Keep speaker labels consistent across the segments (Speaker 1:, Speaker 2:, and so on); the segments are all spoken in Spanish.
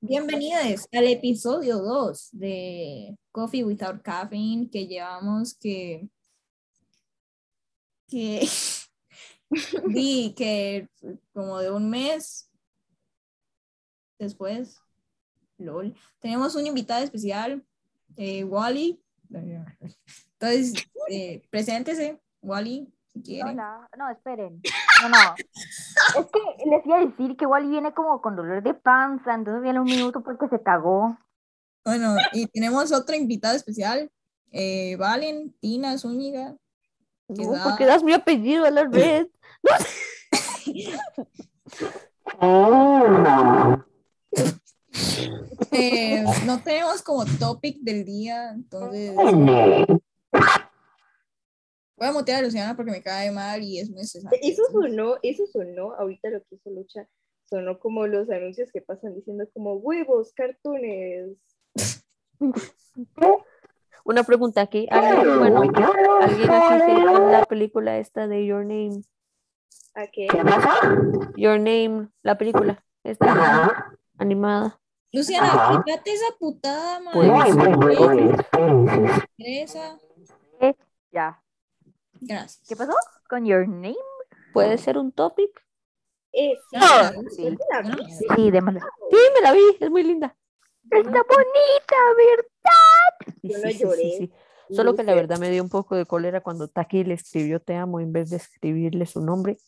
Speaker 1: Bienvenidos al episodio 2 de Coffee Without Caffeine que llevamos que... que... vi que como de un mes después, lol, tenemos un invitado especial, eh, Wally. Entonces, eh, preséntese, Wally, si quiere.
Speaker 2: Hola, no, esperen. No, no. Es que les iba a decir que Wally viene como con dolor de panza, entonces viene un minuto porque se cagó.
Speaker 1: Bueno, y tenemos otro invitado especial, eh, Valentina Zúñiga. que
Speaker 3: No,
Speaker 1: da-
Speaker 3: porque das mi apellido a la red.
Speaker 1: Eh, no tenemos como topic del día, entonces voy a mutear a Luciana porque me cae mal y es muy estresante.
Speaker 4: Eh, Eso sonó, eso sonó, ahorita lo que hizo Lucha, sonó como los anuncios que pasan diciendo como huevos, cartones.
Speaker 3: Una pregunta aquí. ¿Alguien, bueno, ¿alguien aquí se vio la película esta de Your Name?
Speaker 4: ¿A qué?
Speaker 3: Your Name, la película. Esta animada.
Speaker 1: Luciana, quítate esa putada, man.
Speaker 3: Pues,
Speaker 1: Regresa.
Speaker 2: Ya.
Speaker 1: Gracias.
Speaker 2: ¿Qué pasó? ¿Con your name?
Speaker 3: ¿Puede ser un topic?
Speaker 4: Eh, sí,
Speaker 1: Ah,
Speaker 4: ¿sí te la vi?
Speaker 1: Gracias.
Speaker 2: Sí, démosle.
Speaker 3: Sí, me la vi. Es muy linda.
Speaker 2: Ah, Está bonita, ¿verdad?
Speaker 3: Sí,
Speaker 4: Yo
Speaker 3: sí,
Speaker 4: la
Speaker 3: sí, sí,
Speaker 4: lloré.
Speaker 3: sí. Solo que la
Speaker 4: Luce.
Speaker 3: verdad me dio un poco de cólera cuando Taki le escribió te amo en vez de escribirle su nombre.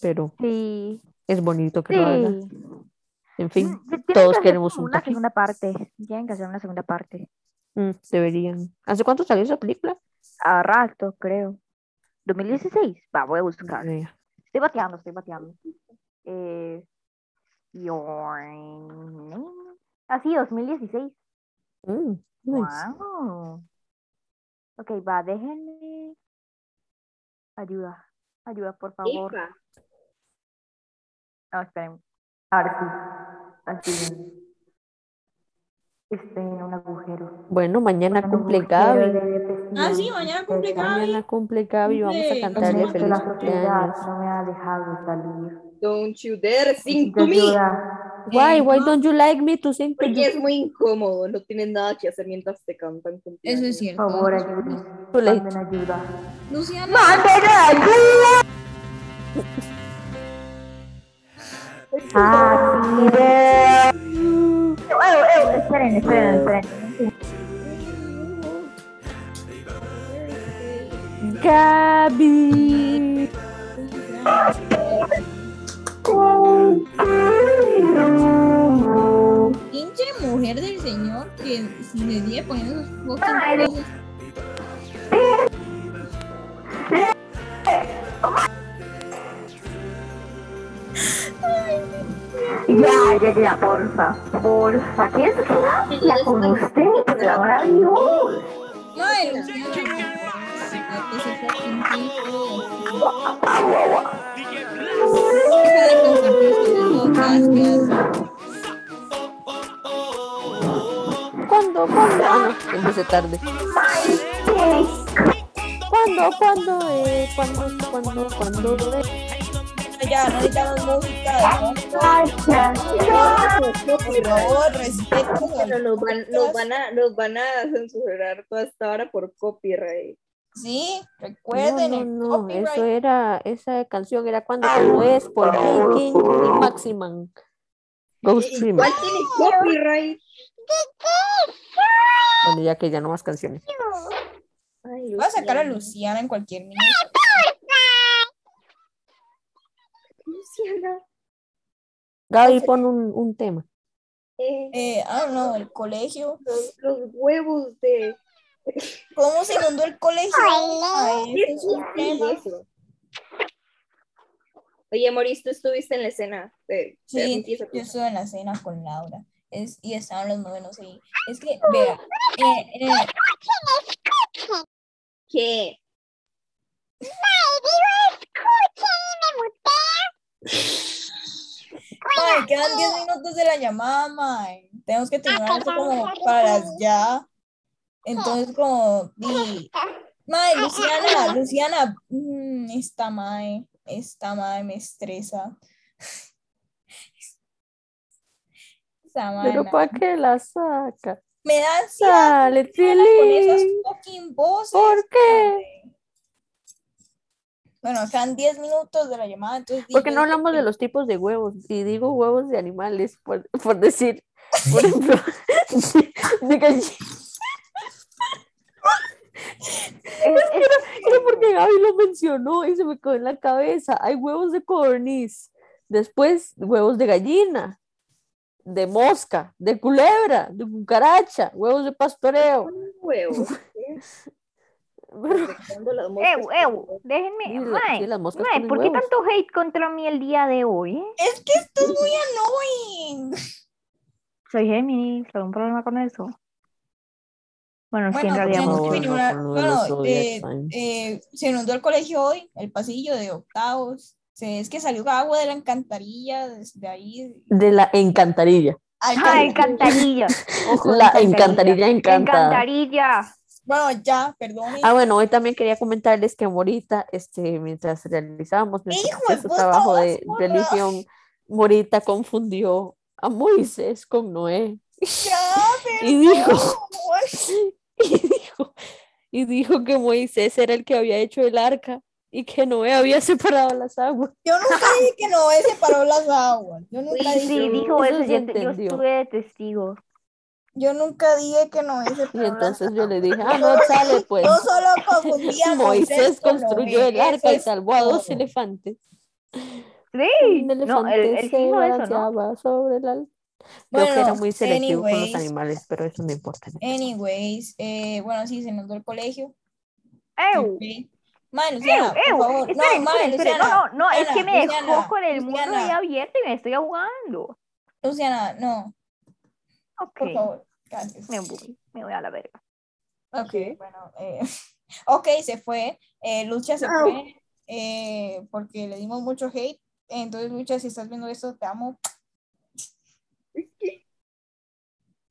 Speaker 3: Pero
Speaker 2: Sí.
Speaker 3: es bonito que
Speaker 2: Sí.
Speaker 3: lo haga. En fin,
Speaker 2: Mm, tienen que
Speaker 3: todos
Speaker 2: hacer
Speaker 3: queremos
Speaker 2: como
Speaker 3: un
Speaker 2: una
Speaker 3: toque.
Speaker 2: segunda parte. Tienen que hacer una segunda parte.
Speaker 3: mm, deberían. ¿Hace cuánto salió esa película?
Speaker 2: A rato, creo. 2016. Va, voy a buscar.
Speaker 3: Ni idea.
Speaker 2: Estoy bateando, estoy bateando. Eh, your name. Ah, sí, 2016.
Speaker 3: Mm, nice.
Speaker 2: Wow. Ok, va, déjenme. Ayuda, ayuda, por favor.
Speaker 4: Epa,
Speaker 2: No, esperen. Ahora sí. Así bien. Estoy Este, en un agujero.
Speaker 3: Bueno, mañana
Speaker 2: En un
Speaker 3: cumple
Speaker 2: agujero
Speaker 3: Gaby.
Speaker 2: de Este, depresión.
Speaker 1: Ah, sí, mañana cumple Gaby.
Speaker 3: Mañana cumple Gaby. Vamos a
Speaker 1: Cumple.
Speaker 3: cantarle
Speaker 1: Mañana
Speaker 2: Siento que
Speaker 3: feliz
Speaker 2: la sociedad
Speaker 3: cumpleaños.
Speaker 2: no me ha dejado salir.
Speaker 4: Don't you dare sing
Speaker 2: Necesito
Speaker 4: to me,
Speaker 2: ayuda.
Speaker 3: Why? Why don't you like me to sing to
Speaker 4: porque es
Speaker 3: you?
Speaker 4: muy incómodo, no tienen nada que hacer mientras te cantan. cumpleaños.
Speaker 1: Eso es
Speaker 2: Por
Speaker 1: cierto.
Speaker 2: favor, ayúdenme.
Speaker 3: Too late.
Speaker 2: Manden ayuda.
Speaker 1: Luciana.
Speaker 3: Ah,
Speaker 2: Happy birthday. Oh, oh, esperen, esperen, esperen.
Speaker 3: Gaby.
Speaker 1: Pinche mujer del señor que le sigue poniendo sus fucking cosas.
Speaker 2: Ya, ya, ya, porfa, porfa. ¿Quién se queda? La con usted, pero ahora yo.
Speaker 1: Mae, Luciana. Quítate ese fucking tiempo. Deja de compartir sus bocas, que haces.
Speaker 3: ¿Cuándo? ¿Cuándo? Ah, no, empecé tarde. ¿Cuándo? ¿Cuándo? Eh, ¿Cuándo? ¿Cuándo? ¿Cuándo? eh?
Speaker 1: Ya, no necesitamos música de fondo. Por favor, respeto.
Speaker 4: Pero nos van, nos van a, nos van a censurar toda esta hora por copyright.
Speaker 1: Sí,
Speaker 3: No,
Speaker 1: recuerden.
Speaker 3: no,
Speaker 1: el
Speaker 3: no,
Speaker 1: copyright.
Speaker 3: eso era, esa canción era cuando no es por King King y Maximan. Ghost Streamer.
Speaker 4: ¿Cuál tiene copyright?
Speaker 3: Bueno, ya que ya no más canciones.
Speaker 4: Ay,
Speaker 1: Voy a sacar a
Speaker 4: Luciana.
Speaker 1: Luciana en cualquier minuto.
Speaker 4: Luciana.
Speaker 3: Gaby, pon un, un tema.
Speaker 4: eh,
Speaker 1: Eh, ah, no, el colegio.
Speaker 4: los, los huevos de...
Speaker 1: ¿Cómo se inundó el colegio? Ay, ese es un
Speaker 4: Sí,
Speaker 1: tema.
Speaker 4: eso. Oye, Moris, tú estuviste en la escena. Te- te
Speaker 1: Sí,
Speaker 4: empiezo
Speaker 1: yo
Speaker 4: con-
Speaker 1: estuve en la cena con Laura. Es, y estaban los novenos ahí. Es que, vea, eh, eh,
Speaker 4: ¿Qué?
Speaker 1: Mae, quedan 10 minutos de la llamada, mae. Tenemos que terminar esto como para las ya. Entonces, como, di, mae, Luciana, Luciana, mm, esta mae, esta mae me estresa. Samana.
Speaker 3: Pero ¿para qué la saca?
Speaker 1: Me da ansiedad
Speaker 3: Sale,
Speaker 1: con esas
Speaker 3: Tilly.
Speaker 1: fucking voces.
Speaker 3: ¿Por qué?
Speaker 1: hombre. Bueno, quedan 10 minutos de la llamada, entonces. di
Speaker 3: Porque no
Speaker 1: yo
Speaker 3: hablamos
Speaker 1: que-
Speaker 3: de los tipos de huevos. Y digo huevos de animales, por, por decir. Por ejemplo, de gallina.
Speaker 2: Es- es-
Speaker 3: Era porque Gaby lo mencionó y se me quedó en la cabeza. Hay huevos de codorniz, después huevos de gallina, de mosca, de culebra, de cucaracha, huevos de pastoreo.
Speaker 4: Huevos.
Speaker 3: Pero,
Speaker 4: Dejando las moscas
Speaker 2: Ew, ew, déjenme.
Speaker 3: sí, la-
Speaker 2: Mae,
Speaker 3: sí, las moscas
Speaker 2: mae,
Speaker 3: ponen
Speaker 2: ¿por qué
Speaker 3: huevos.
Speaker 2: tanto hate contra mí el día de hoy? eh?
Speaker 1: Es que esto es muy annoying.
Speaker 2: Soy Géminis, tengo un problema con eso. Bueno, sí, en
Speaker 1: Bueno,
Speaker 2: realidad.
Speaker 1: tenemos
Speaker 3: no,
Speaker 1: que venir
Speaker 3: no,
Speaker 1: una-
Speaker 3: no, no,
Speaker 1: bueno,
Speaker 3: no,
Speaker 1: eh,
Speaker 3: no,
Speaker 1: eh, se inundó el colegio hoy, el pasillo de octavos. Se- es que salió agua de la alcantarilla, desde ahí.
Speaker 3: de la encantarilla.
Speaker 2: ¡Ah,
Speaker 1: Alcantarilla.
Speaker 2: encantarilla! Ojo,
Speaker 3: La encantarilla encantada.
Speaker 2: ¡Encantarilla!
Speaker 4: Ah,
Speaker 1: Bueno, ya, perdón.
Speaker 3: Ah, bueno, hoy también quería comentarles que Morita, este, mientras realizábamos nuestro
Speaker 1: Hijo de
Speaker 3: precioso
Speaker 1: puta,
Speaker 3: trabajo
Speaker 1: vas,
Speaker 3: de
Speaker 1: morra.
Speaker 3: religión, Morita confundió a Moisés con Noé
Speaker 1: Ya,
Speaker 3: y dijo,
Speaker 1: perdón.
Speaker 3: y dijo, y dijo que Moisés era el que había hecho el arca y que Noé había separado las aguas.
Speaker 1: Yo nunca dije que no se paró las aguas. Yo
Speaker 2: Sí,
Speaker 1: nunca dije,
Speaker 2: sí,
Speaker 3: yo-
Speaker 2: dijo
Speaker 3: eso
Speaker 2: eso,
Speaker 3: se
Speaker 2: yo, te- yo
Speaker 3: entendió.
Speaker 2: estuve de testigo.
Speaker 1: yo nunca dije que no se
Speaker 3: Y
Speaker 1: paró
Speaker 3: entonces
Speaker 1: las
Speaker 3: yo le dije, ah,
Speaker 1: Yo-
Speaker 3: no, sale pues.
Speaker 1: Ah. Yo solo confundía a
Speaker 3: Moisés
Speaker 1: con Noé,
Speaker 3: construyó el arca y
Speaker 1: eso es
Speaker 3: salvó a dos
Speaker 1: todo.
Speaker 3: elefantes.
Speaker 2: Sí,
Speaker 3: Un
Speaker 2: no, el,
Speaker 3: elefante
Speaker 2: el
Speaker 3: se
Speaker 2: signo de eso, ¿no?
Speaker 3: balanceaba sobre el al- Creo que era
Speaker 1: Bueno,
Speaker 3: muy selectivo con los
Speaker 1: anyways.
Speaker 3: animales, pero eso no importa.
Speaker 1: Anyways, eh, bueno, sí, se inundó el colegio.
Speaker 2: ¡Ew!
Speaker 1: Ok. Mae,
Speaker 2: ¡Ew!
Speaker 1: Luciana, por
Speaker 2: ¡Ew!
Speaker 1: favor.
Speaker 2: Esperen,
Speaker 1: no, mae,
Speaker 2: esperen, esperen.
Speaker 1: Luciana,
Speaker 2: No, no, no, es que me
Speaker 1: Luciana,
Speaker 2: dejó con el mundo ahí
Speaker 1: Luciana.
Speaker 2: abierto y me estoy ahogando.
Speaker 1: Luciana, no,
Speaker 2: Ok,
Speaker 1: por favor. Gracias.
Speaker 2: me voy, me voy a la verga.
Speaker 1: Ok,
Speaker 4: ¿Qué?
Speaker 1: bueno. eh, ok, se fue. Eh, Lucha se
Speaker 4: Au.
Speaker 1: fue eh, porque le dimos mucho hate. Entonces, Lucha, si estás viendo esto, te amo.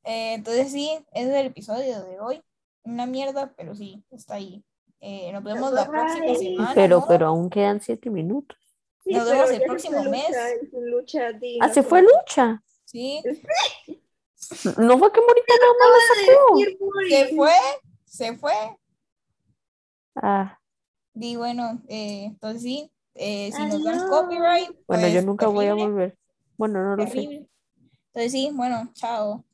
Speaker 1: Eh, entonces, sí, ese es el episodio de hoy. Una mierda, pero sí, está ahí. Eh, nos vemos la
Speaker 4: Bye.
Speaker 1: próxima semana.
Speaker 3: Pero,
Speaker 1: ¿no?
Speaker 3: pero aún quedan siete minutos.
Speaker 4: Sí,
Speaker 1: Nos
Speaker 4: pero
Speaker 1: vemos el
Speaker 4: ya se
Speaker 1: próximo
Speaker 4: fue Lucha,
Speaker 1: mes.
Speaker 4: y sin Lucha, di,
Speaker 3: Ah,
Speaker 4: no
Speaker 3: se
Speaker 4: sé.
Speaker 3: fue Lucha.
Speaker 1: Sí,
Speaker 3: No fue que Morita nada más la sacó.
Speaker 4: Dear boy.
Speaker 1: se fue, se fue.
Speaker 3: Ah,
Speaker 1: Y bueno, eh, entonces sí, eh, si nos
Speaker 4: Adiós.
Speaker 1: dan copyright.
Speaker 3: bueno, yo
Speaker 1: pues,
Speaker 3: nunca voy a
Speaker 1: terrible,
Speaker 3: volver. Bueno, no lo sé.
Speaker 1: terrible. Entonces sí, bueno, chao.